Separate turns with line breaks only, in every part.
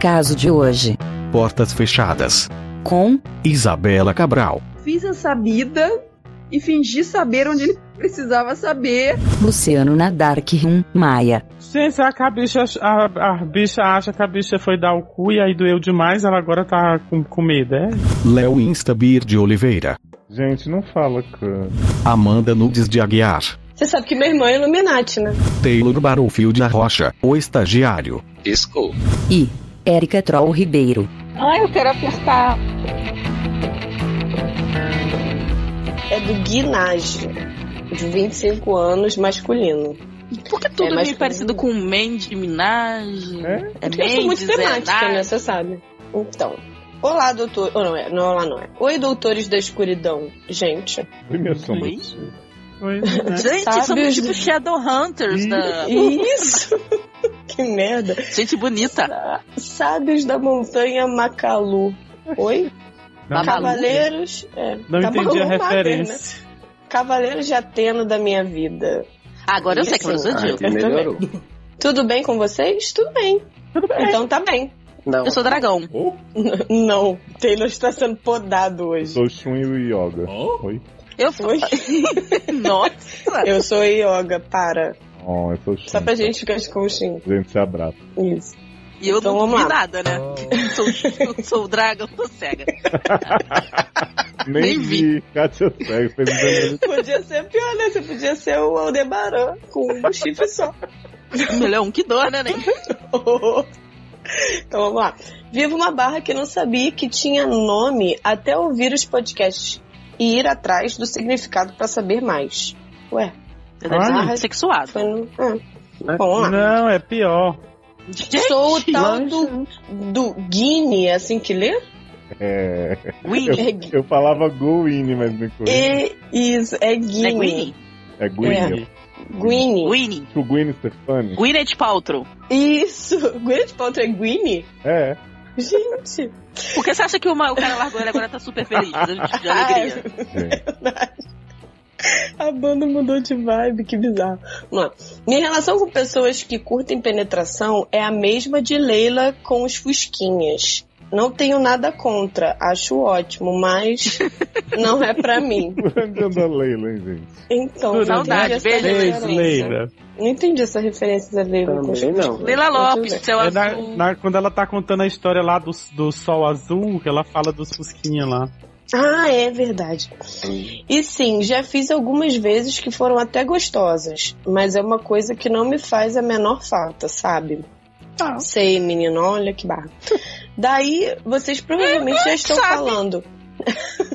Caso de hoje,
Portas Fechadas.
com
Isabela Cabral.
fiz a sabida e fingi saber onde ele precisava saber.
Luciano Nadarkhim Maia.
Gente, será que a bicha, a, a bicha acha que a bicha foi dar o cu e aí doeu demais, ela agora tá com, com medo, é?
Léo Instabir de Oliveira.
Gente, não fala, cara.
Amanda Nudes de Aguiar.
Você sabe que minha irmã é Illuminati, né?
Taylor Barofield da Rocha, o estagiário.
Piscou.
E Érica Troll Ribeiro.
Ai, eu quero apertar.
É do Guinage, de 25 anos, masculino.
Por que tudo
É, mas-
meio parecido com Mandy Minaj?
É?
É
Eu sou muito
Mendes, é
temática, né?
Nas-
Você sabe. Então. Olá, doutor. Oh, não é, não, olá, não é. Oi, doutores da escuridão. Gente.
Primeiro samba.
Oi?
Pois é.
Gente,
Sabe
somos
os-
tipo Shadowhunters
Ih.
da...
Isso! que merda.
Gente bonita.
Sábios da montanha Macalu. Oi? Tá
Não,
Cavaleiros. É,
não entendi
Macalu,
a
Atena.
referência.
Cavaleiros de Atena da minha vida.
Agora eu sei
Isso.
que eu não sou
Ah,
Jill.
que melhorou.
Tudo bem com vocês? Tudo bem.
Tudo bem.
Então tá bem.
Não.
Eu sou dragão.
Não, Taylor está sendo podado hoje.
Sou Shun e Yoga. Oi?
Eu sou...
Oi?
Nossa.
Eu sou Yoga, para.
Oh, eu sou Shun.
Só pra gente ficar de conchinho.
A gente se abraça.
Isso.
E eu
Então
não
vamos
comi
lá.
nada, né? Sou, eu sou o dragão do cega.
Nem,
Nem vi.
vi. Kátia Cego fez um vermelho.
Podia ser pior, né? Você podia ser o Aldebaran com um chifre só.
Melhor um que dois, né? né?
então vamos lá. Vivo uma barra que não sabia que tinha nome até ouvir os podcasts e ir atrás do significado pra saber mais. Ué,
Deve ser
Ai.
muito sexuado.
foi no. Ah. Bom, vamos lá.
Não, é pior.
Gente,
Sou o tal
Lancha.
do, do Guine, é assim que lê?
É.
Winnie.
É, Gui-
Eu falava Gwini, mas me corrigi.
é, isso, é
É
Guine.
Winnie.
É Gwini.
Guine.
Winnie.
Tipo Gwini Stefani.
Gwyneth Paltrow.
Isso, Gwyneth Paltrow é Guine?
É.
Gente,
Porque você acha que uma- o cara largou ele agora tá super feliz, de, de alegria.
Gente.
a banda mudou de vibe, que bizarro. Mano, minha relação com pessoas que curtem penetração é a mesma de Leila com os fusquinhas. Não tenho nada contra, acho ótimo, mas não é pra mim.
Por onde anda a Leila, hein, gente?
Então,
Tudo
não entendi
bem.
essa
Beijo,
Beijo,
é referência.
Leila.
Não entendi essa referência da Leila. com os
Também não.
fusquinhas.
Leila Lopes,
Tudo bem.
céu
É
azul.
na- na- quando ela tá contando a história lá do, do sol azul, que ela fala dos fusquinha lá.
Ah, é verdade. E sim, já fiz algumas vezes que foram até gostosas, mas é uma coisa que não me faz a menor falta, sabe?
Tá.
Ah.
Sei, menino, olha que barra. Daí, vocês provavelmente já estão
sabe.
falando.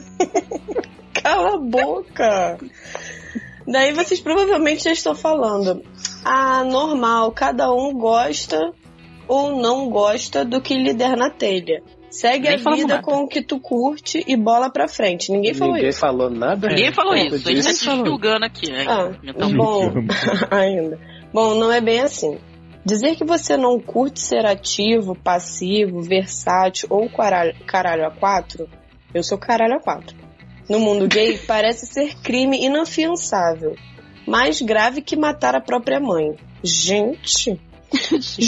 Cala a boca! Daí vocês provavelmente já estão falando. Ah, normal, cada um gosta ou não gosta do que lhe der na telha. Segue
Nem
a
falamos
vida
nada.
com o que tu curte e bola pra frente. Ninguém falou
Ninguém
isso.
falou nada.
Ninguém falou
Nada
isso, a gente tá
disso.
te julgando aqui, né?
Ah,
Então,
bom.
Julgando.
ainda. Bom, não é bem assim. Dizer que você não curte ser ativo, passivo, versátil ou caralho, caralho a quatro, eu sou caralho a quatro. No mundo gay, parece ser crime inafiançável. Mais grave que matar a própria mãe. Gente,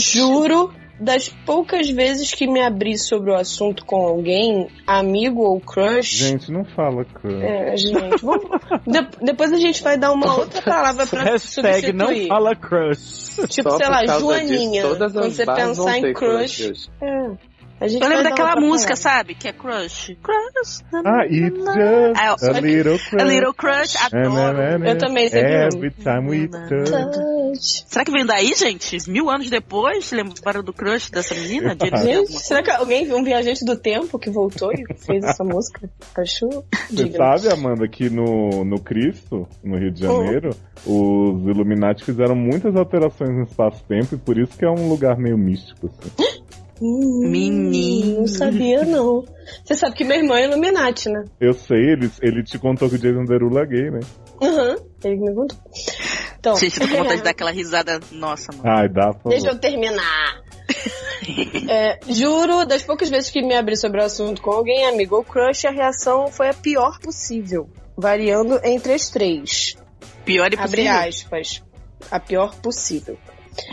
juro das poucas vezes que me abri sobre o assunto com alguém, amigo ou crush.
Gente, não fala, cara.
É, gente, vamos... De- depois a gente vai dar uma outra palavra pra
Hashtag
substituir.
não fala crush.
Tipo,
Só
sei
por
lá,
causa
Joaninha.
disso, todas
quando
as
você
barras vão
pensar em
ter
crush.
crush.
é, a gente
eu
vai
lembro
dar
daquela
outra
música,
palavra.
sabe? Que é Crush. Crush.
Ah, it's just
É
Ah,
a little crush.
né?
A Little Crush, adoro.
Eu também sempre
É,
Every time we
Na, na,
touch.
Touch.
Será que vem daí, gente? Mil anos depois, lembraram do crush dessa menina? De eles
Gente,
mesmo?
será que alguém viu um viajante do tempo que voltou e fez essa música? Achou?
Você
digno.
sabe, Amanda, que no, no Cristo, no Rio de
Oh.
Janeiro, os Illuminati fizeram muitas alterações no espaço-tempo e por isso que é um lugar meio místico, assim.
Hum,
Menino.
Não sabia, não. Você sabe que meu irmão é Illuminati, né?
Eu sei, ele, ele te contou que o Jason Derulo é gay, né?
Aham, ele me contou. Então,
Gente, tô com vontade de dar aquela risada nossa, mano.
Ai, dá pra...
Deixa eu terminar. É, juro, das poucas vezes que me abri sobre o assunto com alguém, amigo ou crush, a reação foi a pior possível, variando entre as três.
Pior e
Abre
possível.
aspas. A pior possível.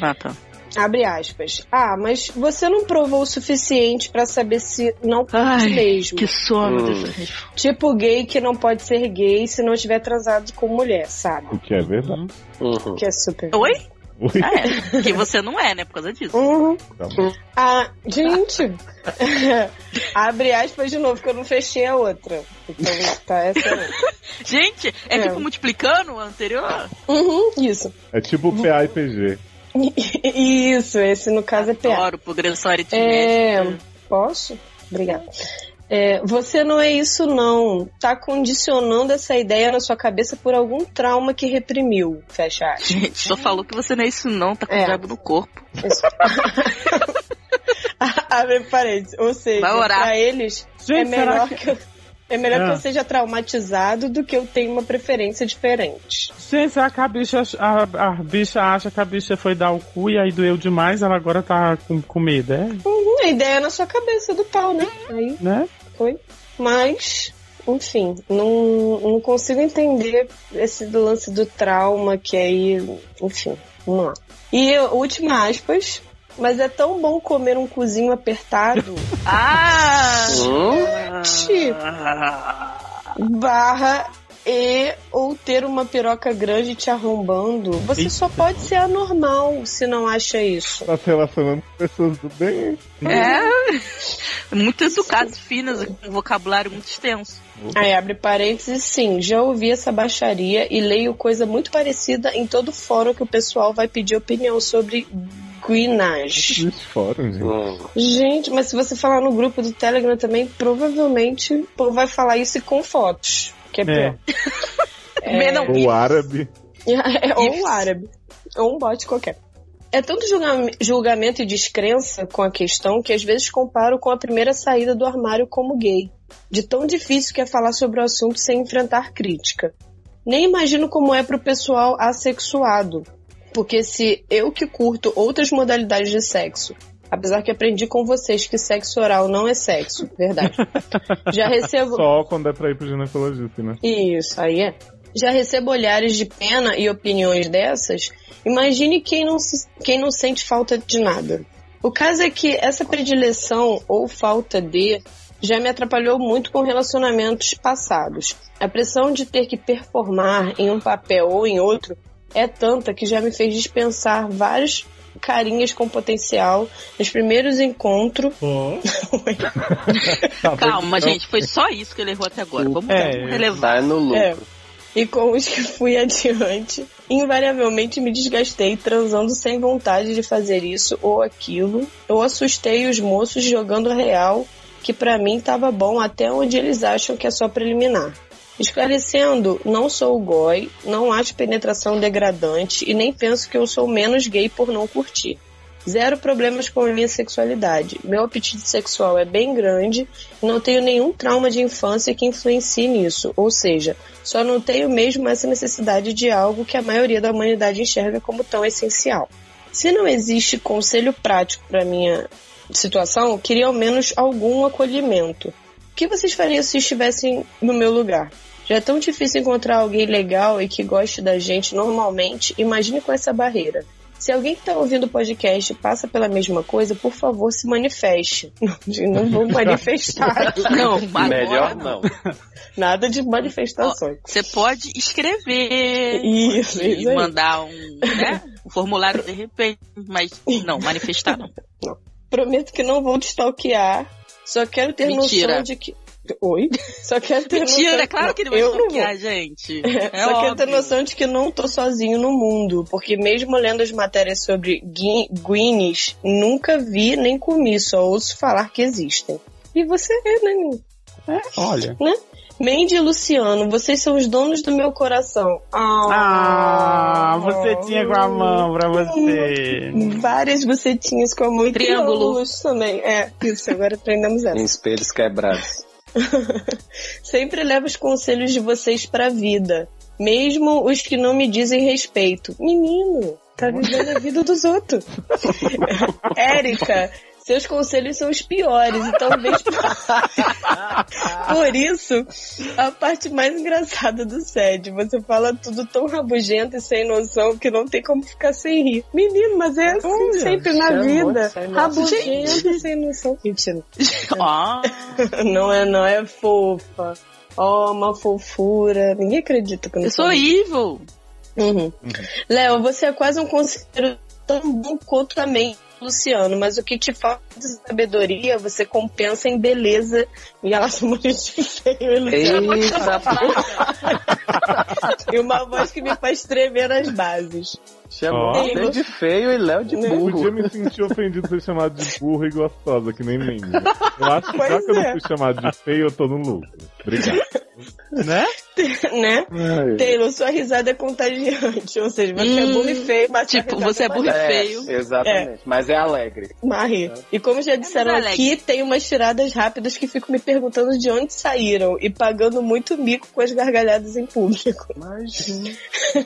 Ah, tá.
Abre aspas. Ah, mas você não provou o suficiente pra saber se não curte
Ai,
mesmo.
Que sono
Hum.
dessa gente.
Tipo gay que não pode ser gay se não tiver transado com mulher, sabe?
O que é verdade.
Uhum.
Que é super.
Oi?
Ui,
Ah, é. Que você não é, né? Por causa
Hum.
disso.
Uhum.
tá bom.
Ah, gente. Abre aspas de novo, que eu não fechei a outra. Então tá essa. é outra.
Gente, é,
É.
tipo multiplicando o anterior?
Uhum, isso.
É tipo PA e PG.
Isso, esse no caso é PA.
Adoro progressão
É.
aritmética.
Posso? Obrigada. É, você não é isso, não. Tá condicionando essa ideia na sua cabeça por algum trauma que reprimiu. Fecha aspas.
Gente, só falou que você não é isso não, tá com
É.
o diabo no corpo.
Isso. Abre parênteses. Ah, Ou seja,
Vai orar.
pra eles, é
Gente, será
melhor,
que...
que... eu, é melhor que
Ah.
eu seja traumatizado do que eu tenha uma preferência diferente.
Gente, será que a bicha, a, a bicha acha que a bicha foi dar o cu e aí doeu demais, ela agora tá com, com medo, é?
Hum, a ideia é na sua cabeça do pau, né? Aí
Né?
foi. Mas, enfim, não, não consigo entender esse lance do trauma que é aí, enfim, vamos lá. E última aspas. Mas é tão bom comer um cozinho apertado
Ah!
Hum?
Ti.
Ah!
barra e ou ter uma piroca grande te arrombando, você só pode ser anormal se não acha isso.
Tá se relacionando com pessoas do bem.
É. Muito educadas, finas, com um vocabulário muito extenso.
Aí abre parênteses, sim, já ouvi essa baixaria e leio coisa muito parecida em todo fórum que o pessoal vai pedir opinião sobre guinage.
Existe fórum, gente.
Hum.
Gente, mas se você falar no grupo do Telegram também, provavelmente o povo vai falar isso e com fotos, que é pior. É.
Menão,
Ou árabe.
É, ou
Isso.
um árabe. Ou um bote qualquer. É tanto julga- julgamento e descrença com a questão que às vezes comparo com a primeira saída do armário como gay. De tão difícil que é falar sobre o assunto sem enfrentar crítica. Nem imagino como é pro pessoal assexuado. Porque se eu que curto outras modalidades de sexo, apesar que aprendi com vocês que sexo oral não é sexo, verdade. Já recebo.
Só quando é pra ir pro ginecologista, né?
Isso aí é. Já recebo olhares de pena e opiniões dessas? Imagine quem não, se- quem não sente falta de nada. O caso é que essa predileção ou falta de já me atrapalhou muito com relacionamentos passados. A pressão de ter que performar em um papel ou em outro é tanta que já me fez dispensar vários carinhas com potencial nos primeiros encontros.
calma, gente. Foi só isso que ele errou até agora. Vamos
É,
vamos relevar.
Vai no
É.
lucro.
E com os que fui adiante, invariavelmente me desgastei transando sem vontade de fazer isso ou aquilo, ou assustei os moços jogando real, que pra mim tava bom até onde eles acham que é só preliminar. Esclarecendo, não sou goi, não acho penetração degradante e nem penso que eu sou menos gay por não curtir. Zero problemas com a minha sexualidade. Meu apetite sexual é bem grande e não tenho nenhum trauma de infância que influencie nisso, ou seja, só não tenho mesmo essa necessidade de algo que a maioria da humanidade enxerga como tão essencial. Se não existe conselho prático para minha situação, eu queria ao menos algum acolhimento. O que vocês fariam se estivessem no meu lugar? Já é tão difícil encontrar alguém legal e que goste da gente normalmente, imagine com essa barreira. Se alguém que está ouvindo o podcast passa pela mesma coisa, por favor, se manifeste. Não vou manifestar.
Não, agora
Melhor não.
não.
Nada de manifestações.
Você pode escrever
Isso,
e
isso aí.
mandar um, né, um formulário de repente, mas não, manifestar não.
Prometo que não vou te stalkear. Só quero ter
Mentira.
noção de que. Oi? Só quero ter
Mentira,
noção.
é claro que ele
não,
vai
um eu não vou.
bloquear, gente. É
Só
óbvio.
quero ter noção de que não tô sozinho no mundo. Porque mesmo lendo as matérias sobre gui- guinis, nunca vi nem comi, só ouço falar que existem. E você é, né, menino?
É, olha.
Mandy e Luciano, vocês são os donos do meu coração.
Ah, você tinha com a mão pra você.
Várias bucetinhas com a mão e
Triângulo.
triângulos também. É, isso, agora aprendemos essa.
Em espelhos quebrados.
Sempre levo os conselhos de vocês pra vida. Mesmo os que não me dizem respeito. Menino, tá vivendo a vida dos outros. Érica, Seus conselhos são os piores, então e talvez por isso a parte mais engraçada do SED. Você fala tudo tão rabugento e sem noção que não tem como ficar sem rir. Menino, mas é assim
Olha,
sempre na
chamou
vida.
de sem noção.
Rabugento e sem noção. Mentira.
Ó,
Não é, não é fofa. Ó, uma fofura. Ninguém acredita que eu não
eu sou
sou
evil.
Uhum. Léo, você é quase um conselheiro tão bom quanto a mente, do Luciano, mas o que te falta de sabedoria, você compensa em beleza. E ela chama de feio, e
é
Luciano.
Eita, pô,
E uma voz que me faz tremer nas bases.
chamou
Ó.
você de feio e Léo de
Né?
Podia
burro.
Um me sentir ofendido de ser chamado de burra e gostosa, que nem menina. Eu acho que já
Pois
que eu não
é.
fui chamado de feio, eu tô no lucro. Obrigado.
Né?
Né?
Ai,
Taylor, sua risada é contagiante. Ou seja, você é
Hum,
burro e feio, mas sua
tipo,
risada
você é burro e
maneira.
feio.
Exatamente, mas é alegre.
Marre. E como já disseram
mas é
aqui, tem umas tiradas rápidas que fico me perguntando de onde saíram e pagando muito mico com as gargalhadas em público,
Imagina.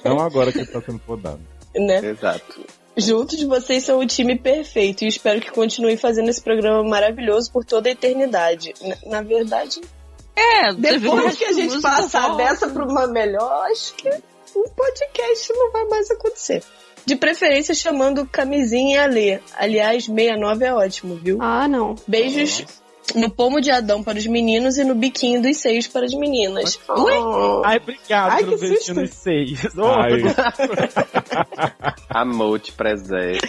Não agora que tá sendo podado.
né?
Exato.
Juntos vocês são o time perfeito e espero que continuem fazendo esse programa maravilhoso por toda a eternidade. Na, na verdade,
É,
depois que a gente passar
dessa.
dessa pra uma melhor, acho que um podcast não vai mais acontecer. De preferência chamando camisinha e Alê. Aliás, 69 é ótimo, viu?
Ah, não.
Beijos
Uhum.
no pomo de Adão para os meninos e no biquinho dos seios para as meninas. Ui!
Ai, obrigado
Ai,
pelo
que
beijinho
susto.
nos seis. Ô,
Ai,
Amor te presente.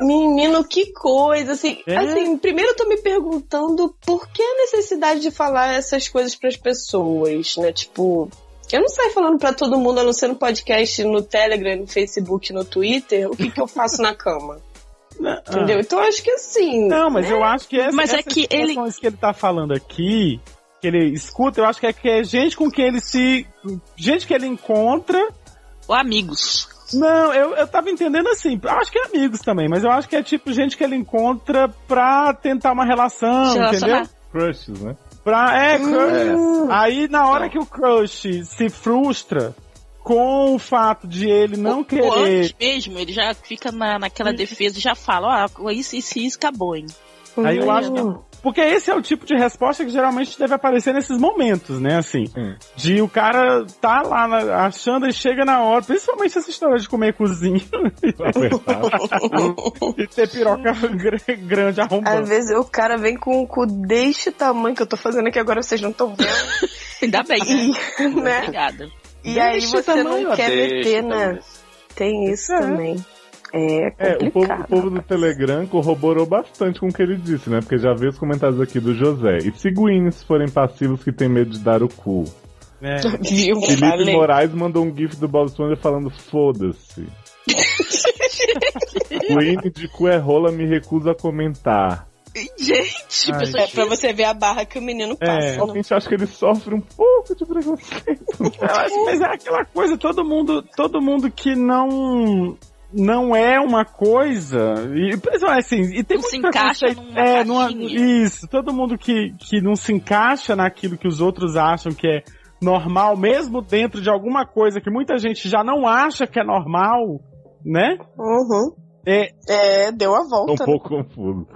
Menino, que coisa! Assim,
É.
assim, primeiro eu tô me perguntando por que a necessidade de falar essas coisas para as pessoas, né? Tipo, eu não saio falando para todo mundo, a não ser no podcast, no Telegram, no Facebook, no Twitter, o que, que eu faço na cama.
Ah.
Entendeu? Então eu acho que assim.
Não, mas eu acho que essa,
Mas é
essas
que ele-
situações que ele tá falando aqui, que ele escuta, eu acho que é, que é gente com quem ele se. Gente que ele encontra.
Ou amigos.
Não, eu, eu tava entendendo assim. Eu acho que é amigos também, mas eu acho que é tipo gente que ele encontra pra tentar uma
Ah,
relação,
Se relacionar.
entendeu?
crushes, né?
Pra. É, crush.
É.
Aí na hora que o crush se frustra com o fato de ele não
Ou
querer. Hum.
antes mesmo, ele já fica na, naquela defesa e já fala, ó, isso, isso, isso, acabou, hein?
Aí eu acho que
Uhum.
Porque esse é o tipo de resposta que geralmente deve aparecer nesses momentos, né? Assim,
Sim.
de o cara tá lá na- achando e chega na hora, principalmente essa história de comer cozinha
Apertado.
e ter piroca gr- grande
Às
arrombando.
vezes o cara vem com o cu deste tamanho que eu tô fazendo aqui agora, vocês não estão vendo,
Ainda bem, né?
né?
Obrigada.
E aí
Deixa
você
também,
não
ó,
quer
deixa
meter, né?
também.
Tem isso também. É
É, o povo,
complicado.
o povo do Telegram corroborou bastante com o que ele disse, né? Porque já vi os comentários aqui do José. E ciguinhos forem passivos que tem medo de dar o cu.
né?
Viu?
Felipe
Falei.
Moraes mandou um gif do Bob Esponja falando foda-se. o hino de cu é rola me recusa a comentar.
Gente,
Ai,
pessoa
É pra você ver a barra que o menino passa. né?
É.
não.
Realmente acho que ele sofre um pouco de preconceito.
Mas é aquela coisa, todo mundo, todo mundo que não não é uma coisa e pessoal, assim e tem
Não
muito
se encaixa
preconceito-
numa
é,
caixinha.
isso todo mundo que, que não se encaixa naquilo que os outros acham que é normal mesmo dentro de alguma coisa que muita gente já não acha que é normal né
Uhum.
é,
É, deu a
Tô um
volta.
pouco confuso.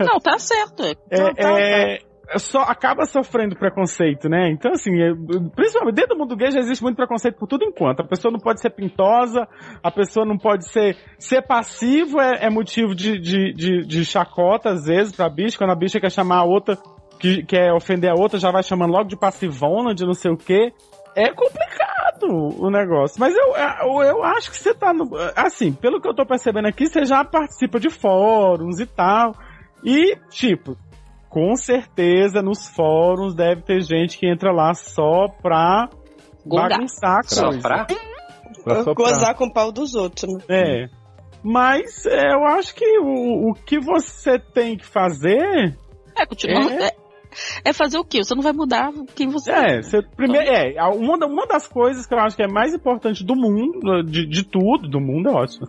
Não, tá certo.
é,
Não, tá,
é- é só acaba sofrendo preconceito, né? Então, assim, é- principalmente dentro do mundo gay já existe muito preconceito por tudo enquanto. A pessoa não pode ser pintosa, a pessoa não pode ser. Ser passivo é, é motivo de, de, de, de chacota, às vezes, pra bicha. Quando a bicha quer chamar a outra, que quer ofender a outra, já vai chamando logo de passivona, de não sei o quê. É complicado o negócio. Mas eu, é, eu, eu acho que você tá no. Assim, pelo que eu tô percebendo aqui, você já participa de fóruns e tal. E, tipo, com certeza nos fóruns deve ter gente que entra lá só pra
Gongar.
bagunçar a coisa.
Soprar?
Pra soprar.
Gozar com o pau dos outros, né?
É. Mas é, eu acho que o, o que você tem que fazer
É, continua. É. é fazer o quê? Você não vai mudar quem você
é, você primeiro, é a- uma, da- uma das coisas que eu acho que é mais importante do mundo, de, de tudo, do mundo é ótimo.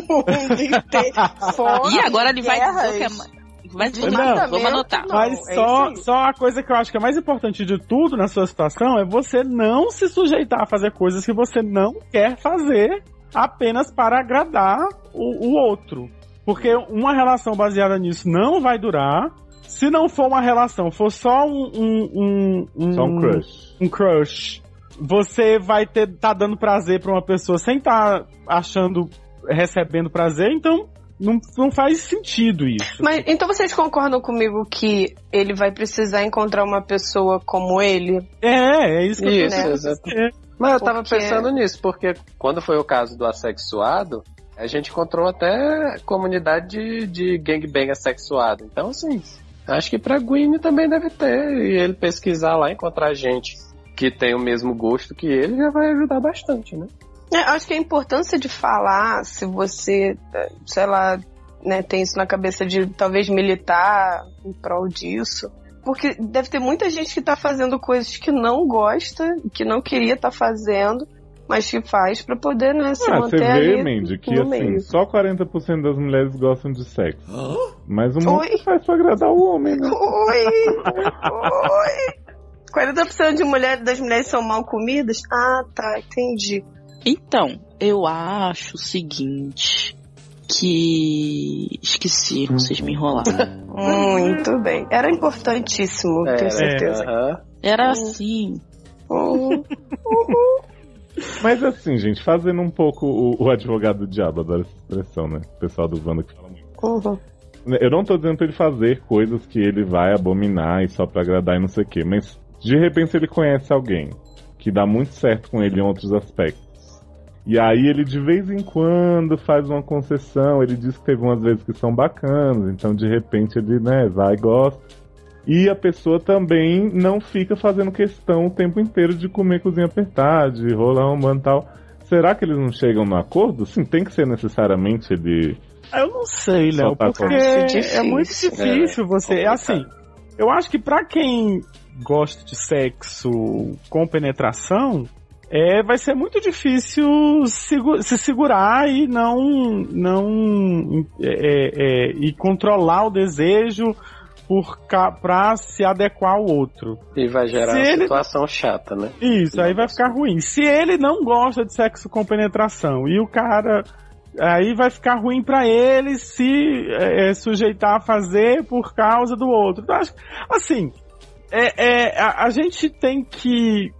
Tem fome,
E agora ele vai dizer o que é.
guerras.
ma- Vai dizer,
Não,
não, vamos anotar.
Não,
Mas
é
só,
isso aí.
só a coisa que eu acho que é mais importante de tudo na sua situação é você não se sujeitar a fazer coisas que você não quer fazer apenas para agradar o, o outro. Porque uma relação baseada nisso não vai durar. Se não for uma relação, for só um. um, um, um
Só um crush.
um crush, você vai ter tá dando prazer pra uma pessoa sem tá achando recebendo prazer, então não, não faz sentido isso.
Mas então vocês concordam comigo que ele vai precisar encontrar uma pessoa como ele?
É, é isso que eu É.
Isso,
eu
né?
exato. Mas eu tava
Porque-
pensando nisso, porque quando foi o caso do assexuado, a gente encontrou até comunidade de, de gangbang assexuado. Então, assim, acho que pra Gwyn também deve ter. E ele pesquisar lá, encontrar gente que tem o mesmo gosto que ele, já vai ajudar bastante, né?
É, acho que a importância de falar, se você, eh, sei lá, né, tem isso na cabeça de talvez militar em prol disso. Porque deve ter muita gente que tá fazendo coisas que não gosta, que não queria estar fazendo, mas que faz pra poder, né, se
Ah, você
manter
vê,
ali.
Mandy, que
no
assim,
meio.
só 40% das mulheres gostam de sexo. Mas o
Oi.
mundo faz pra agradar o homem, né?
Oi! Oi! 40% de mulher, das mulheres são mal comidas? Ah, tá, entendi.
Então, eu acho o seguinte. Que. Esqueci, vocês me enrolaram.
Hum,
Uhum.
Muito bem. Era importantíssimo,
É.
tenho certeza.
É, aham.
É.
Era assim.
É.
Hum.
Mas assim, gente, fazendo um pouco o, o advogado do diabo, adoro essa expressão, né? O pessoal do Wanda que fala muito.
Uhum.
Eu não tô dizendo pra ele fazer coisas que ele vai abominar e só pra agradar e não sei o quê, mas de repente ele conhece alguém que dá muito certo com ele em outros aspectos. E aí ele de vez em quando faz uma concessão, ele diz que teve umas vezes que são bacanas, então de repente ele, né, vai e gosta. E a pessoa também não fica fazendo questão o tempo inteiro de comer cozinha apertada, de rolar um e tal. Será que eles não chegam no acordo? Sim, tem que ser necessariamente ele.
Eu não sei, Léo,
Só tá
porque
com- Difícil.
é muito difícil você. É
Complicado.
assim, eu acho que pra quem gosta de sexo com penetração, é, vai ser muito difícil segu- se segurar e não, não é, é, é, e controlar o desejo por ca- pra se adequar ao outro.
E vai gerar
Se
uma
ele-
situação chata, né?
Isso, aí vai ficar ruim. Se ele não gosta de sexo com penetração e o cara. Aí vai ficar ruim pra ele se é, é, sujeitar a fazer por causa do outro. Então, acho- assim, é, é, a, a gente tem que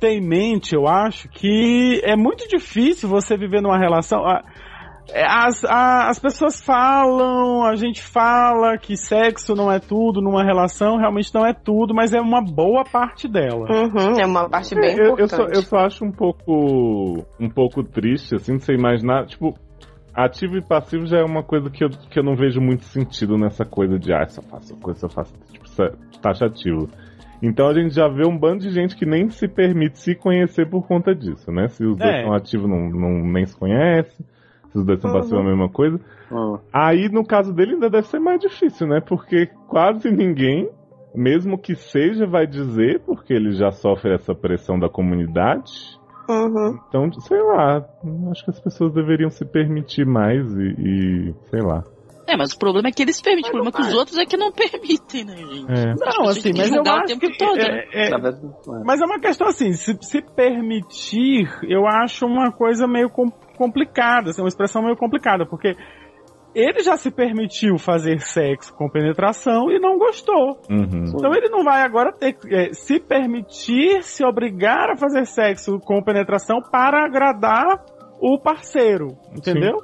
ter em mente, eu acho, que é muito difícil você viver numa relação. a- é, As, a- as pessoas falam, a gente fala que sexo não é tudo numa relação, realmente não é tudo, mas é uma boa parte dela.
Uhum, é uma parte bem
eu, eu
importante.
só, eu só acho um pouco um pouco triste, assim, de você imaginar, tipo, ativo e passivo já é uma coisa que eu, que eu não vejo muito sentido nessa coisa de, ah, só faço coisa, só faço, tipo, isso é taxativo. Então a gente já vê um bando de gente que nem se permite se conhecer por conta disso, né? Se os
É.
dois são ativos, não, não, nem se conhece. Se os dois são passivos, é a mesma coisa.
Hum.
Aí, no caso dele, ainda deve ser mais difícil, né? Porque quase ninguém, mesmo que seja, vai dizer, porque ele já sofre essa pressão da comunidade.
Uhum.
Então, sei lá, acho que as pessoas deveriam se permitir mais e, e sei lá.
É, mas o problema é que eles permitem. O problema é que os outros é que não permitem, né, gente?
É.
Não, assim, mas eu
Julgar o
acho
tempo
que
todo,
é-
né?
é-
Na verdade,
mas é uma questão assim, se, se permitir, eu acho uma coisa meio com- complicada, assim, uma expressão meio complicada, porque ele já se permitiu fazer sexo com penetração e não gostou.
Uhum.
Então ele não vai agora ter que eh, se permitir, se obrigar a fazer sexo com penetração para agradar o parceiro, entendeu?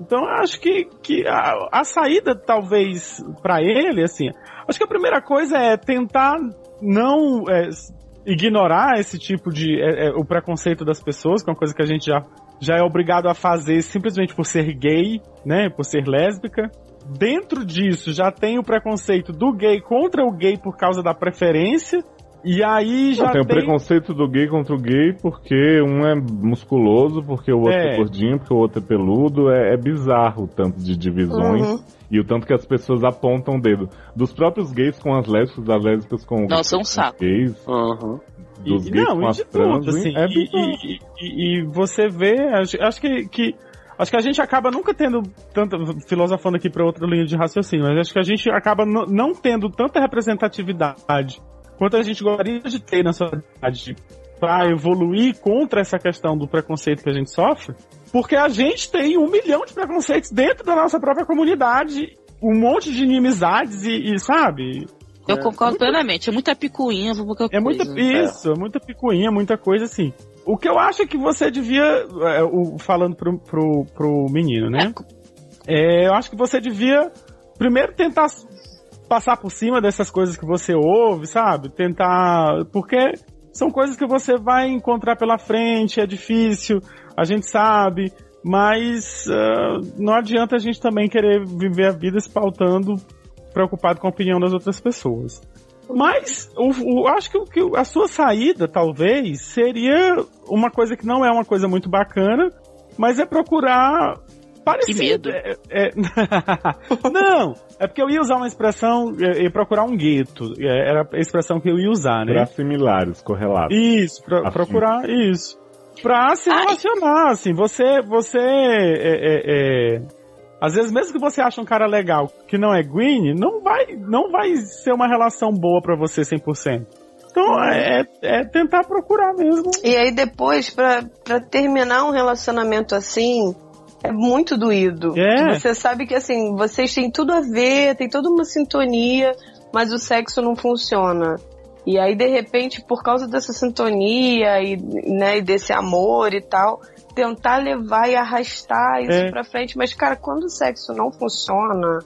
Então eu acho que, que a, a saída talvez para ele, assim, acho que a primeira coisa é tentar não eh, s- ignorar esse tipo de eh, eh, o preconceito das pessoas, que é uma coisa que a gente já já é obrigado a fazer simplesmente por ser gay, né, por ser lésbica. Dentro disso já tem o preconceito do gay contra o gay por causa da preferência. E aí já
Não, tem o
tem
preconceito do gay contra o gay porque um é musculoso, porque o outro é,
É.
gordinho, porque o outro é peludo. É, é bizarro o tanto de divisões
Uhum.
e o tanto que as pessoas apontam o dedo. Dos próprios gays com as lésbicas, das lésbicas com os
Nossa, é um saco.
gays.
Uhum.
dos
E-
gays
não,
com
e
as
de
trans,
tudo, assim.
é
e,
bizarro.
e- e- e você vê, acho, acho que, que- acho que a gente acaba nunca tendo tanta filosofando aqui para outra linha de raciocínio, mas acho que a gente acaba n- não tendo tanta representatividade quanto a gente gostaria de ter na sociedade pra evoluir contra essa questão do preconceito que a gente sofre, porque a gente tem um milhão de preconceitos dentro da nossa própria comunidade, um monte de inimizades e, e, sabe?
Eu concordo plenamente. É muita picuinha, pouca
É muita
coisa.
isso, é muita picuinha, muita coisa assim. O que eu acho é que você devia, é, o- falando pro, pro, pro menino, né? É, eu acho que você devia primeiro tentar s- passar por cima dessas coisas que você ouve, sabe? Tentar. Porque são coisas que você vai encontrar pela frente, é difícil, a gente sabe. Mas ah, não adianta a gente também querer viver a vida se pautando, preocupado com a opinião das outras pessoas. Mas o, o- acho que, o- que a sua saída, talvez, seria uma coisa que não é uma coisa muito bacana, mas é procurar parecido.
medo.
É- é- não, é porque eu ia usar uma expressão, é, é procurar um gueto. É, Era a expressão que eu ia usar, né?
Pra similares, correlatos.
Isso, pra-
Assim.
procurar isso. Pra se
Ai.
relacionar, assim, você, você, é, é, é, às vezes mesmo que você acha um cara legal que não é green, não vai, não vai ser uma relação boa pra você 100%. Então é, é tentar procurar mesmo.
E aí depois, pra, pra terminar um relacionamento assim, é muito doído.
É.
Você sabe que assim, vocês têm tudo a ver, tem toda uma sintonia, mas o sexo não funciona. E aí, de repente, por causa dessa sintonia e, né, e desse amor e tal, tentar levar e arrastar isso
É.
pra frente. Mas, cara, quando o sexo não funciona,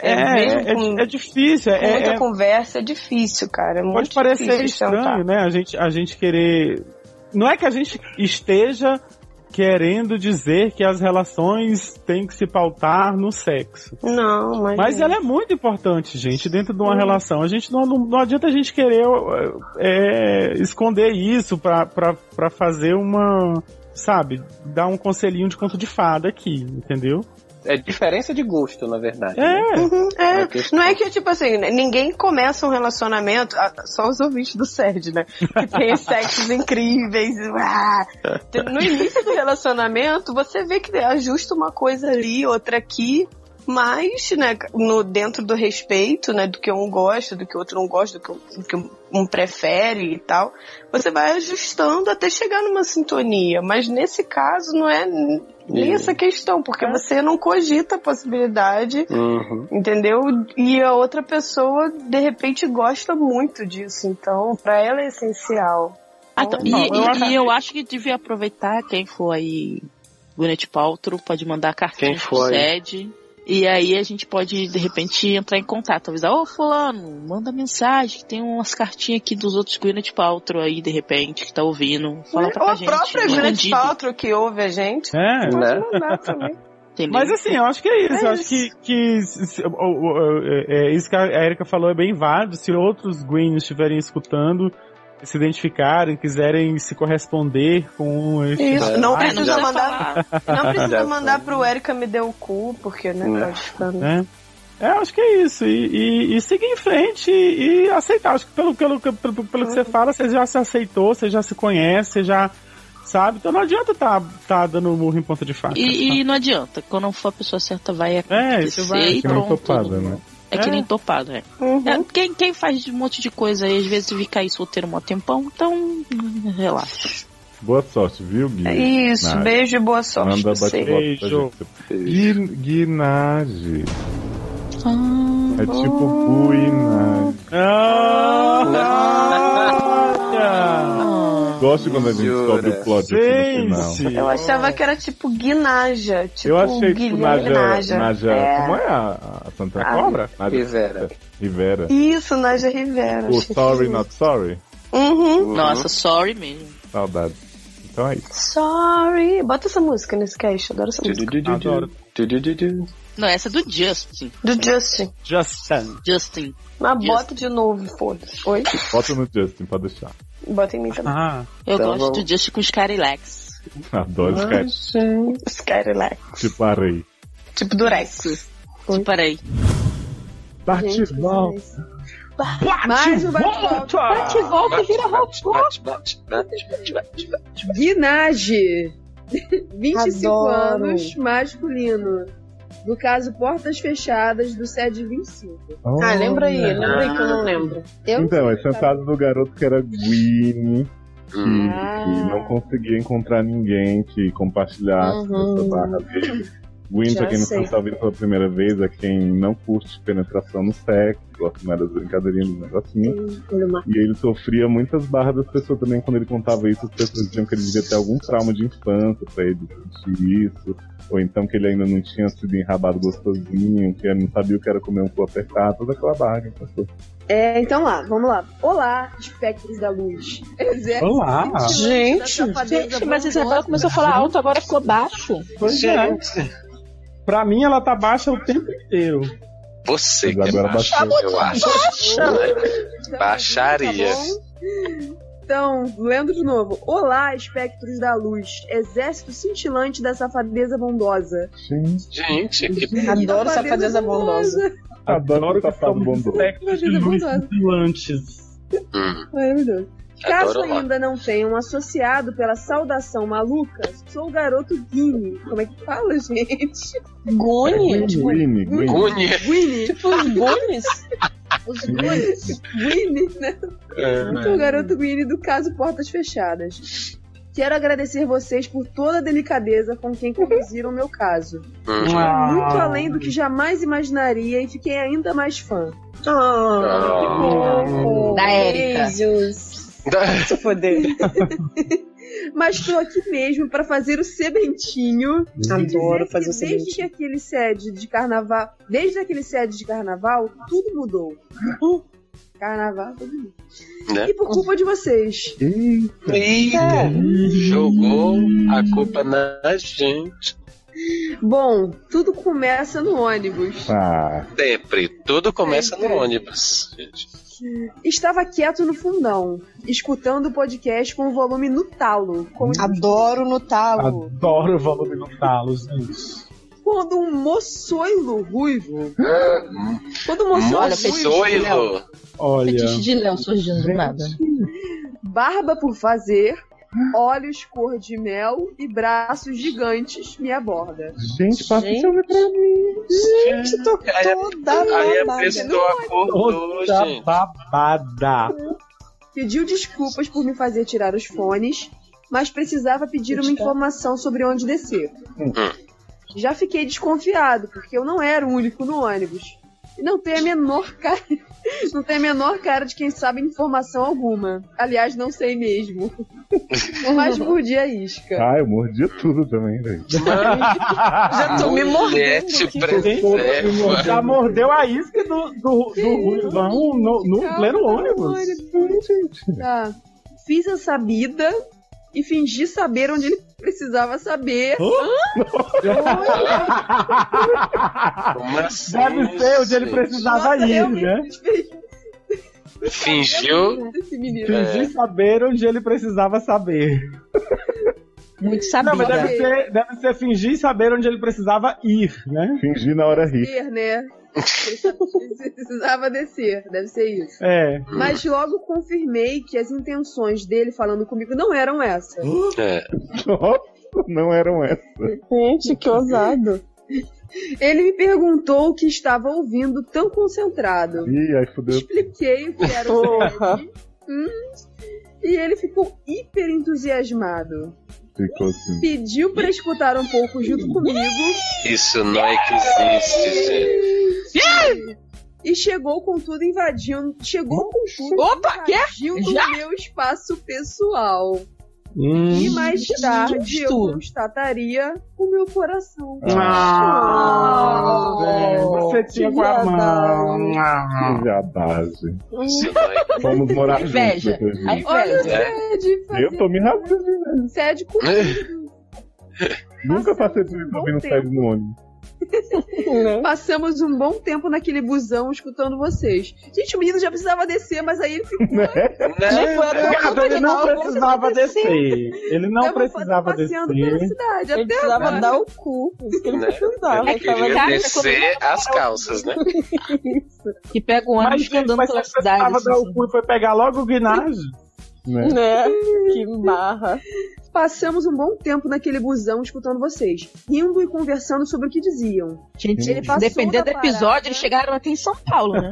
é,
É,
mesmo
é,
com,
é difícil,
com
é,
muita
é-
conversa, é difícil, cara. É
pode
muito
parecer
difícil então, tá.
estranho,
tentar.
né? A gente, a gente querer. Não é que a gente esteja querendo dizer que as relações têm que se pautar no sexo.
Não, mas.
Mas ela é muito importante, gente, dentro de uma relação. A gente não, não, não adianta a gente querer é, esconder isso pra, pra, pra fazer uma. Sabe, dar um conselhinho de conto de fada aqui, entendeu?
É diferença de gosto, na verdade. né?
É,
Uhum, é.
É questão.
Não é que, tipo assim, né, ninguém começa um relacionamento, ah, só os ouvintes do Sérgio, né? Que tem sexos incríveis. uá. No início do relacionamento, você vê que ajusta uma coisa ali, outra aqui, mas, né, no, dentro do respeito, né, do que um gosta, do que o outro não gosta, do que, um- do que um prefere e tal, você vai ajustando até chegar numa sintonia. Mas nesse caso, não é n- nem
Sim.
essa questão, porque você não cogita a possibilidade
Uhum.
Entendeu? E a outra pessoa, de repente, gosta muito disso. Então, pra ela é essencial.
Ah, então, e,
Não,
e-
acho-
e eu acho que devia aproveitar quem for aí, Gwyneth Paltrow, pode mandar cartinha
Quem for
pro
aí.
SED. E aí a gente pode, de repente, entrar em contato. Avisar, ô fulano, manda mensagem, que tem umas cartinhas aqui dos outros Gwyneth Paltrow aí, de repente, que tá ouvindo. Fala pra
Ou a
gente.
própria
manda
Gwyneth
dica,
Paltrow que ouve a gente.
é.
Pode
Né?
mandar também.
entendeu?
Mas assim, eu acho que é isso.
É
eu acho que, que se- se- o- o- é, é isso que a Erika falou é bem válido. Se outros greens estiverem escutando, se identificarem, quiserem se corresponder com este.
Isso,
É.
não
Ah,
É, não
precisa
precisa
mandar.
falar.
Não precisa
Já
mandar
foi.
pro Erika me deu o cu, porque, né,
Né?
pode ficar.
né? É, acho que é isso. E, e- e seguir em frente e, e aceitar. Acho que pelo, pelo, que- pelo, pelo que você fala, você já se aceitou, você já se conhece, você já sabe. Então não adianta tá, tá dando murro em ponta de faca.
E, e não adianta, quando não for a pessoa certa, vai
É,
acontecer
isso vai-
e
que nem
pronto.
topada, né?
É que
É.
nem topado, é.
Uhum.
É, quem, quem faz um monte de coisa aí, às vezes fica aí solteiro um tempão, então hum, relaxa.
Boa sorte, viu, Gui?
É Isso,
Nada.
beijo e boa sorte.
Manda
pra você.
Beijo.
bate-volta pra gente. Gui- Guinage.
Uhum.
Ah,
É tipo Guinage.
Ah, olha!
Gosto quando a gente
Jura?
descobre o plot aqui no final.
Gente!
Eu achava que era tipo guinaja. Tipo,
Eu achei tipo
Guilherme
Naja. Naja
É.
Como é a, a Santa
Ah,
Cobra? Naja
Rivera.
Rivera.
Isso, Naja Rivera.
O
achei
Sorry
que-
Not Sorry.
Uhum.
Nossa, sorry mesmo.
Saudades. Então é isso.
Sorry. Bota essa música nesse cast, adoro essa música.
Adoro.
Não, essa é do Justin.
Do Justin.
Justin.
Justin.
Mas
Justin.
bota de novo, foda-se. Oi?
Bota no Justin, pode deixar.
Bota em mim também.
Ah,
Eu
Então
gosto
vamos.
do Justin com os Carilex.
Adoro ficar
Skylax.
tipo a Rei.
Tipo Durex. Oi?
Tipo, aí.
Gente,
Batidão.
vocês-
Mais um bate-volta.
Bate e volta e vira robô.
Guinage, 25
Adoro.
anos, masculino. No caso, portas fechadas do SED 25.
Ah, lembra aí,
Olha.
lembra aí que eu não lembro.
Eu
Então, é
sei, tá?
sentado do garoto que era Guine. que,
Ah.
que não conseguia encontrar ninguém que compartilhasse
Uhum.
essa barra dele. Gwyn,
Já
pra quem não
sei.
está ouvindo pela primeira vez, é quem não curte penetração no sexo, gosta mais das brincadeirinhas, assim, dos negocinhos. E ele sofria muitas barras das pessoas também quando ele contava isso, as pessoas diziam que ele devia ter algum trauma de infância pra ele sentir isso, ou então que ele ainda não tinha sido enrabado gostosinho, que ele não sabia o que era comer um cu apertado, toda aquela barra que ele passou.
É, então lá, vamos lá. Olá, espectros da luz.
Exército
Olá.
cintilante da
Gente, é
safadeza
Gente, mas essa
bondosa.
voz começou a falar alto, agora ficou baixo.
Pois é.
Gente,
Pra mim ela tá baixa o tempo inteiro.
você que
Mas
é
agora
baixo,
baixou.
eu acho.
Então,
Baixaria.
tá Então, lendo de novo. Olá, espectros da luz. Exército cintilante da safadeza bondosa.
Gente,
Gente, que
Hum. Adoro safadeza bondosa.
adoro o safado bondoso.
tá de luz cintilantes.
hum,
Ai, meu Deus. Caso
adoro
assim.
lá.
ainda não tenham associado pela saudação maluca, sou o garoto Guine. Como é que fala, gente? É,
é
Gune? Tipo,
Gwyn, Gwyn.
Cunha.
Guine.
tipo os gunes?
Os Guines. Guine, né?
É.
Muito o garoto Guine do caso Portas Fechadas. Quero agradecer vocês por toda a delicadeza com quem conduziram meu caso.
Hum.
Muito
Ah.
além do que jamais imaginaria e fiquei ainda mais fã. Ah.
Da
Érica.
Beijos.
Da-
Seu poder.
Mas tô aqui mesmo pra fazer o sementinho.
Adoro
Dizer
fazer o
que Desde que
seguinte.
aquele sede de carnaval. Desde aquele sede de carnaval, tudo mudou. Uhum. Carnaval, tudo mudou.
Né?
E por culpa de vocês.
Eita.
É.
Jogou a culpa na gente.
Bom, tudo começa no ônibus.
Tá.
Ah,
Sempre. Tudo começa no ônibus. gente.
Estava quieto no fundão, escutando o podcast com o volume no talo,
Hum.
como-
Adoro no talo.
Adoro o volume no talo, gente.
quando um moçoilo ruivo. Quando um moçoilo
Olha, fetiche, né?
Moçoilo.
Olha.
Fetiche de Léo surgindo do nada.
barba por fazer, olhos cor de mel e braços gigantes me aborda.
gente, passa
Gente.
esse homem pra
Gente, tô
Aí a-
toda
Aí é a
babada.
pessoa acordou,
Outra
gente.
tá babada.
Pediu desculpas por me fazer tirar os fones, mas precisava pedir uma informação sobre onde descer. Já fiquei desconfiado, porque eu não era o único no ônibus. E não tem a menor cara. Não tem a menor cara de quem sabe informação alguma. Aliás, não sei mesmo. mas mordi a isca.
Ah, eu mordia tudo também, velho.
Ah,
Já tô me
Mulher
mordendo.
te
aqui.
preserva.
Já mordeu a isca do, do, do Ruivão no, no pleno ônibus.
Tá. Fiz a sabida e fingi saber onde ele precisava saber.
Como assim,
Deve ser onde ele
gente?
precisava
Nossa,
ir,
realmente
né?
Fingiu.
Esse menino.
Fingir
É.
saber onde ele precisava saber.
Muito
Não,
é
sabida.
mas deve ser, deve ser fingir saber onde ele precisava ir, né?
Fingi na hora rir.
Descer, né? Ele Precisava descer, deve ser isso.
É.
Mas logo confirmei que as intenções dele falando comigo não eram essas.
É.
Nossa, não eram essas.
Gente, que ousado.
Ele me perguntou o que estava ouvindo tão concentrado.
Ih, aí fudeu.
Expliquei o que era o Fred. Hum, e ele ficou hiper entusiasmado.
Ficou assim.
Pediu para escutar um pouco junto comigo
Isso não é que existe, gente.
e chegou com tudo invadindo, chegou com tudo
Opa, quê?
invadindo o meu espaço pessoal. E mais
Jesus
tarde eu
Cristo.
constataria o meu coração.
Ah, velho, você tinha com a mão.
Que viadagem.
Isso não é que
Vamos morar juntos
Inveja.
depois
A
assim,
disso.
Hum, Olha o
inveja.
Sede
Eu
fazendo
tô me rasgando.
sede com
Nunca passei por isso
um Bom
ouvindo
tempo.
sério no ônibus.
Né?
Passamos um bom tempo naquele busão escutando vocês. Gente, o menino já precisava descer, mas aí ele ficou.
Gente, foi até o
Gato,
ponto
ele não
final.
precisava descer. Ele não
tava
precisava
passeando pela
descer.
cidade.
Ele
Até
precisava
agora.
dar o cu. Isso que ele
Né?
precisava.
Ele
Ele tava
queria
dando
descer as calças, né?
Que pega o
Mas
ônibus
gente,
um
andando
mas
pela
assim.
você precisava
cidade.
dar o cu e foi pegar logo o guinagem.
Hum,
Né?
Né? Que barra. Passamos um bom tempo naquele busão escutando vocês, rindo e conversando sobre o que diziam.
Gente,
Ele passou
dependendo do
da
episódio, eles
né?
chegaram até em São Paulo, né?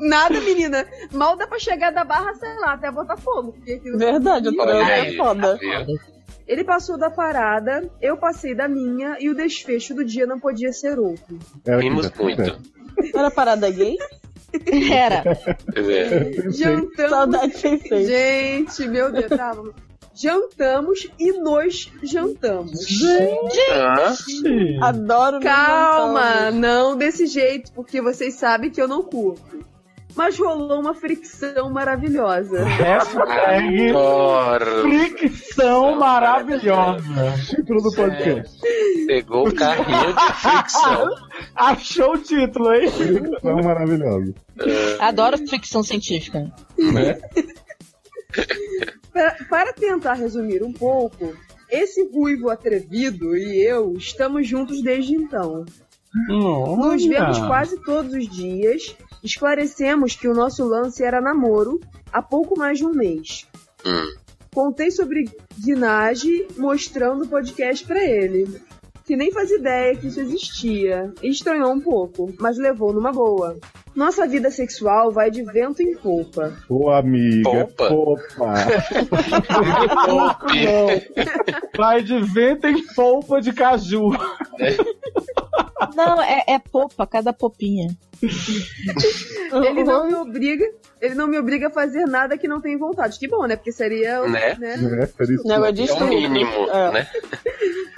Nada, menina. Mal dá pra chegar da barra, sei lá, até Botafogo. porque aquilo-
Verdade, o trânsito
Olha
é
aí,
foda.
tá vendo? Ele passou da parada, eu passei da minha e o desfecho do dia não podia ser outro.
É
Era
Rimos muito.
né?
Era parada gay?
Era.
Quer dizer,
Jantamos.
Saudade sem feito.
Gente, meu Deus, tá, vamos- Jantamos e nós jantamos.
Gente! Adoro nós
Calma,
jantamos.
não desse jeito, porque vocês sabem que eu não curto. Mas rolou uma fricção maravilhosa.
É Hashtag
Adoro.
fricção maravilhosa.
Título do podcast.
Pegou o carrinho de fricção.
Achou o título, hein?
Fricção maravilhosa.
É.
Adoro ficção científica.
Pra- para tentar resumir um pouco, esse ruivo atrevido e eu estamos juntos desde então. Nos vemos quase todos os dias. Esclarecemos que o nosso lance era namoro há pouco mais de um mês. Contei sobre Guinage mostrando o podcast pra ele, que nem fazia ideia que isso existia. E Estranhou um pouco, mas levou numa boa. Nossa vida sexual vai de vento em popa.
Ô, amiga.
Opa.
Opa.
É
Vai de vento em polpa de caju.
Não, é, é popa, cada popinha.
Ele não me obriga, ele não me obriga a fazer nada que não tem vontade. Que bom, né? Porque seria,
Né?
Né? Fricção.
Negócio de
É o
estudo.
mínimo,
É.
né?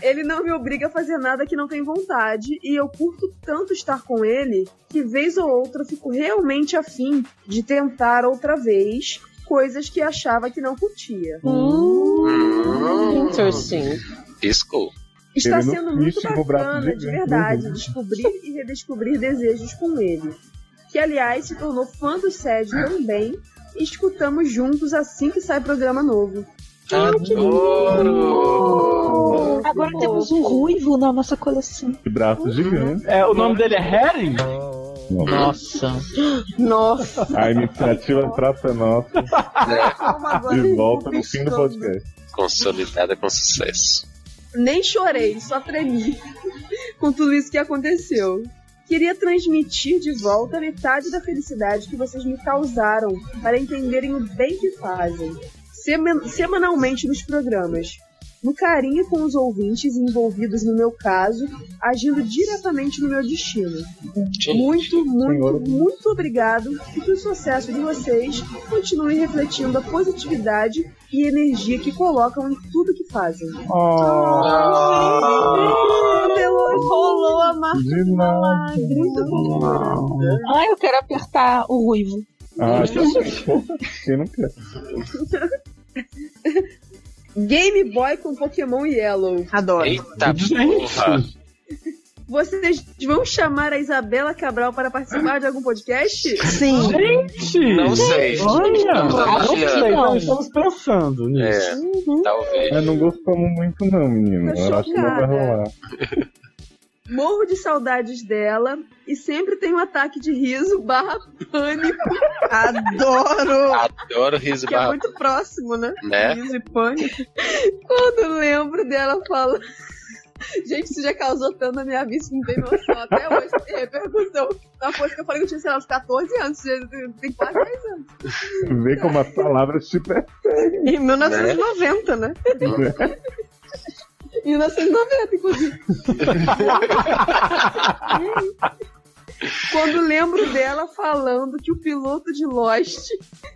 Ele não me obriga a fazer nada que não tem vontade e eu curto tanto estar com ele que vez ou outra eu fico realmente afim de tentar outra vez coisas que achava que não curtia.
Hum.
Hum,
Interesting.
Disco.
Está
Ele não
sendo muito
existe no braço
bacana, de
gigante,
verdade,
né?
descobrir e redescobrir desejos com ele. Que, aliás, se tornou fã do SED também e escutamos juntos assim que sai programa novo.
Adoro.
Agora temos um ruivo na nossa coleção.
De
Uhum.
braço gigante.
É, o nome dele é Herring?
Nossa.
Nossa.
A iniciativa Praça Nossa
Né?
de volta no fim do podcast.
Consolidada com sucesso.
Nem chorei, só tremi com tudo isso que aconteceu. Queria transmitir de volta metade da felicidade que vocês me causaram para entenderem o bem que fazem. Semen- semanalmente nos programas. No carinho com os ouvintes envolvidos no meu caso, agindo diretamente no meu destino. Muito, muito, muito obrigado e que o sucesso de vocês continue refletindo a positividade e energia que colocam em tudo que fazem. Rolou a marca
De nada.
Ai, eu quero apertar o ruivo.
é
Ah, quem assim, não quer?
Game Boy com Pokémon Yellow.
Adoro.
Eita porra.
Vocês vão chamar a Isabela Cabral para participar de algum podcast?
Sim.
Gente!
Não sei.
Olha!
Estamos
Não sei, Uhum.
avaliando.
não, estamos pensando nisso.
É, talvez.
Mas não gostamos muito, não, menino.
Tô
Eu acho que não vai
chocada.
rolar.
Morro de saudades dela e sempre tem um ataque de riso barra pânico,
Adoro.
Adoro riso
que é
barra.
muito próximo, né?
Né?
Riso e pânico. Quando lembro dela falando. Gente, isso já causou tanto na minha vida, isso não tem noção. Até hoje tem repercussão. Uma coisa que eu falei que eu tinha, sei lá, uns 14 anos, já tem quase 10 anos.
Vê como as palavras te
Né?
Em 1990, né?
perseguem.
1990, inclusive. Quando lembro dela falando que o piloto de Lost.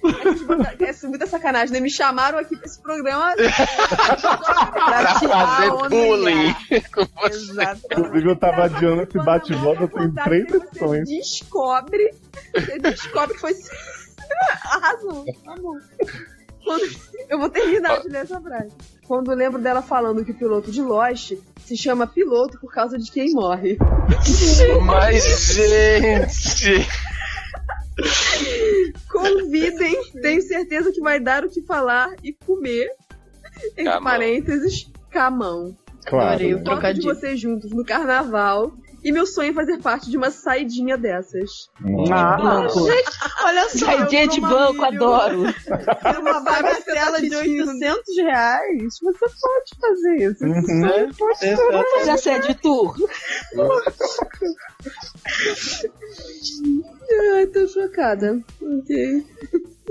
É, tipo, é muita sacanagem, né? Me chamaram aqui pra esse programa.
Pra fazer bullying.
Inclusive, eu tava adiando esse bate-volta tem três
Você
sessões.
descobre. Você descobre que foi. Arrasou, amor. Quando- Eu vou terminar de ler essa frase. Quando lembro dela falando que o piloto de Lost se chama piloto por causa de quem morre.
Mas, gente.
Convidem, tenho certeza que vai dar o que falar e comer. Entre
Camão.
parênteses, camão.
Claro.
Adorei o
né?
toque de
Trocadilho.
vocês juntos no carnaval E meu sonho é fazer parte de uma saidinha dessas.
É.
Ah, louco.
gente, olha só. eu
Saidinha de
numa
banco,
milho,
adoro.
Numa
Parcela
bagacela
de
de 800.
800 reais, você pode fazer isso.
Uhum.
Você pode
Exatamente.
Já sei é de tour.
Ai, tô chocada. Ok.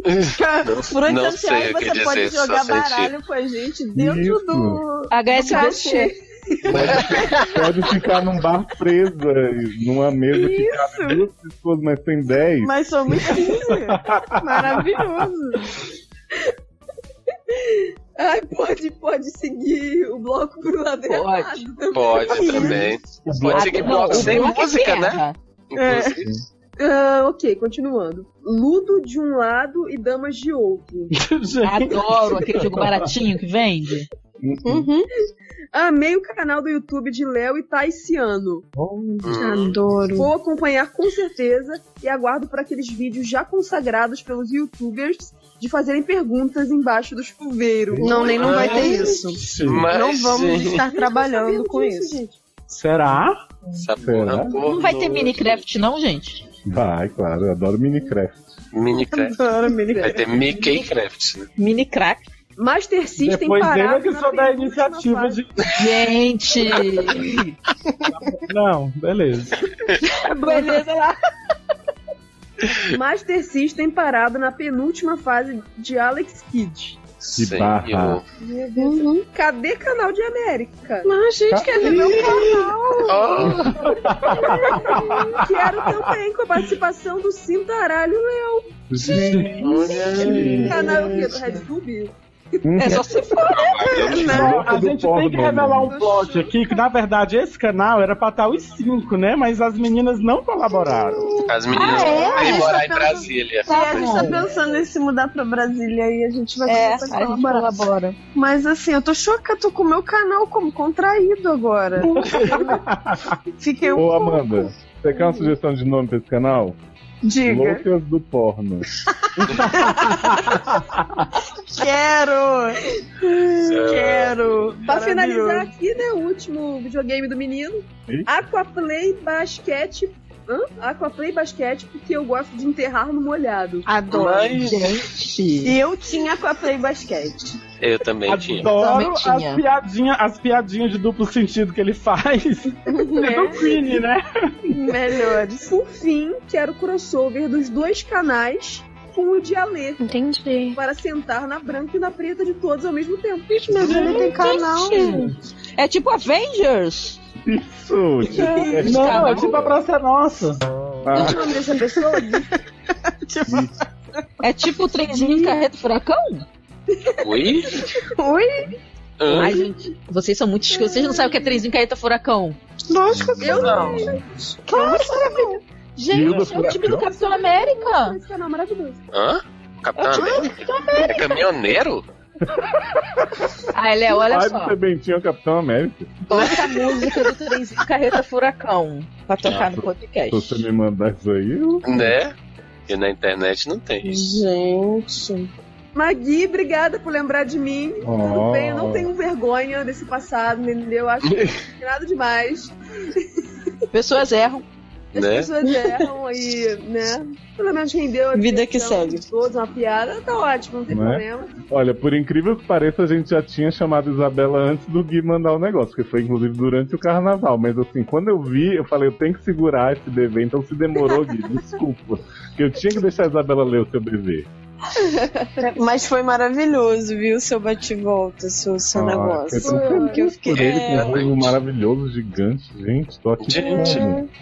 Por 800
Não
reais
sei o que
você
dizer,
pode
só
jogar
senti.
baralho com a gente dentro
Isso.
do.
HSBC.
do cachê.
Pode ficar num bar presa, numa mesa que cabe duas pessoas, mas tem dez.
Mas somos 15. Maravilhoso.
Ai, pode, pode seguir o bloco pro lado
Pode.
errado também.
Pode também. Pode seguir bloco sem música,
é
né? Inclusive.
Ah, ok, continuando. Ludo de um lado e damas de outro.
Adoro aquele jogo baratinho que vende.
Hum,
um.
Uhum. Amei o canal do YouTube de Léo e Taiciano.
Uhum.
Adoro.
Vou acompanhar com certeza e aguardo para aqueles vídeos já consagrados pelos youtubers de fazerem perguntas embaixo dos chuveiros.
Não, nem não vai ter isso.
Mas,
Não vamos
gente,
estar trabalhando com isso.
gente.
Será?
essa porra
Não vai ter
pornô.
Minecraft, não, gente?
Vai, claro, eu adoro Minecraft.
Minicraft.
Adoro, mini.
Vai ter Mickey Craft. né?
Minicraft.
Master System
Depois dele é
parado
que
na
só dá a
penúltima
iniciativa
fase.
de.
Gente!
Não, beleza.
Beleza lá.
Master System parado na penúltima fase de Alex Kidd.
Que
Senhor.
barra.
Cadê canal de América?
Não, Ah, gente, quer ver meu
Oh,
Quero também com a participação do Cintaralho Leão.
Gente,
olha.
Canal o quê? Do Red Bull?
É só se for.
Né?
Não,
Volta
a
do
gente tem
porno,
que revelar um
mano.
plot aqui, que na verdade esse canal era pra estar os cinco, né? Mas as meninas não colaboraram.
As meninas
Ah, é?
vão ir morar em
Tá
Brasília.
a gente tá pensando em se mudar pra Brasília e a gente vai
É, a
começar
gente
a colaborar.
colabora.
Mas assim, eu tô chocada, tô com o meu canal como contraído agora. Fiquei um
Ô,
pouco.
Amanda, você quer uma sugestão de nome pra esse canal?
Diga.
Loucas do Porno.
Quero! Quero!
Pra
Maravilhoso.
finalizar aqui, né? O último videogame do menino.
Ih.
Aquaplay Basquete. Hã? Aquaplay Basquete, porque eu gosto de enterrar no molhado.
Adoro.
Mas
Gente.
E eu tinha com a Play Basquete.
eu também
Tá
tinha.
Adoro as
Somente tinha.
piadinhas, as piadinhas de duplo sentido que ele faz. É do Queen, né?
Melhores.
Por fim, quero crossover dos dois canais com o de Alê,
Entendi.
para sentar na branca e na preta de todos ao mesmo tempo.
Mas ele tem canal.
Ah, tá É tipo Avengers.
Isso, tipo,
Não, é tipo a Praça é Nossa.
O nome dessa pessoa?
É tipo o trenzinho em carreta furacão.
Ui?
Ui,
Hã?
Ai, gente, vocês são muito escuros. Vocês não sabem o que é trenzinho em carreta furacão.
lógico que
Eu não.
Hilda
Gente, é o time do Capitão América.
Esse canal é maravilhoso.
Hã? Capitão América? É caminhoneiro?
Ai, Léo, olha
Ai,
só.
você bem tinha o Capitão América.
Bota a música do trenzinho em carreta furacão pra tocar no
Se
podcast.
você me mandar isso aí, eu...
Né? E na internet não tem.
Gente.
Magui, obrigada por lembrar de mim. Tudo
Oh.
bem, eu não tenho vergonha desse passado, entendeu? Acho que nada demais.
Pessoas erram.
As
Né?
pessoas erram e, né? Pelo menos rendeu a
Vida que
diversão
segue.
de Todos, uma piada, tá ótimo, não tem
Né?
problema.
Olha, por incrível que pareça, a gente já tinha chamado a Isabela antes do Gui mandar o negócio, que foi inclusive durante o carnaval. Mas assim, quando eu vi, eu falei, eu tenho que segurar esse dever, então se demorou, Gui, desculpa. Que eu tinha que deixar a Isabela ler o seu dever.
Mas foi maravilhoso, viu? Seu bate-volta, seu, seu
Ah,
negócio.
eu tô feliz
Porque eu fiquei.
por ele,
é,
com um ruivo maravilhoso, gigante, gente, tô aqui.
Gente.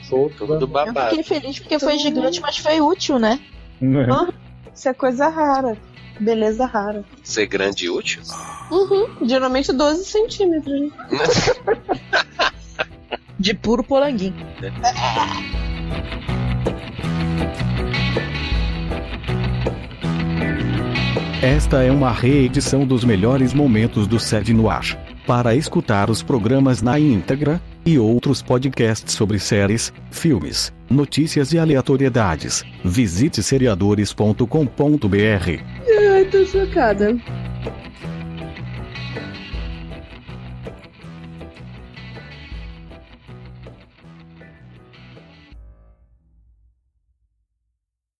todo
Tudo
Eu
babado.
fiquei feliz porque foi gigante, mas foi útil, né?
né?
Isso é coisa rara. Beleza rara.
Ser grande e útil?
Uhum. Geralmente 12 centímetros. né?
De puro polanguinho.
Esta é uma reedição dos melhores momentos do Sede no Ar. Para escutar os programas na íntegra, e outros podcasts sobre séries, filmes, notícias e aleatoriedades, visite seriadores.com.br.
Ai, tô chocada.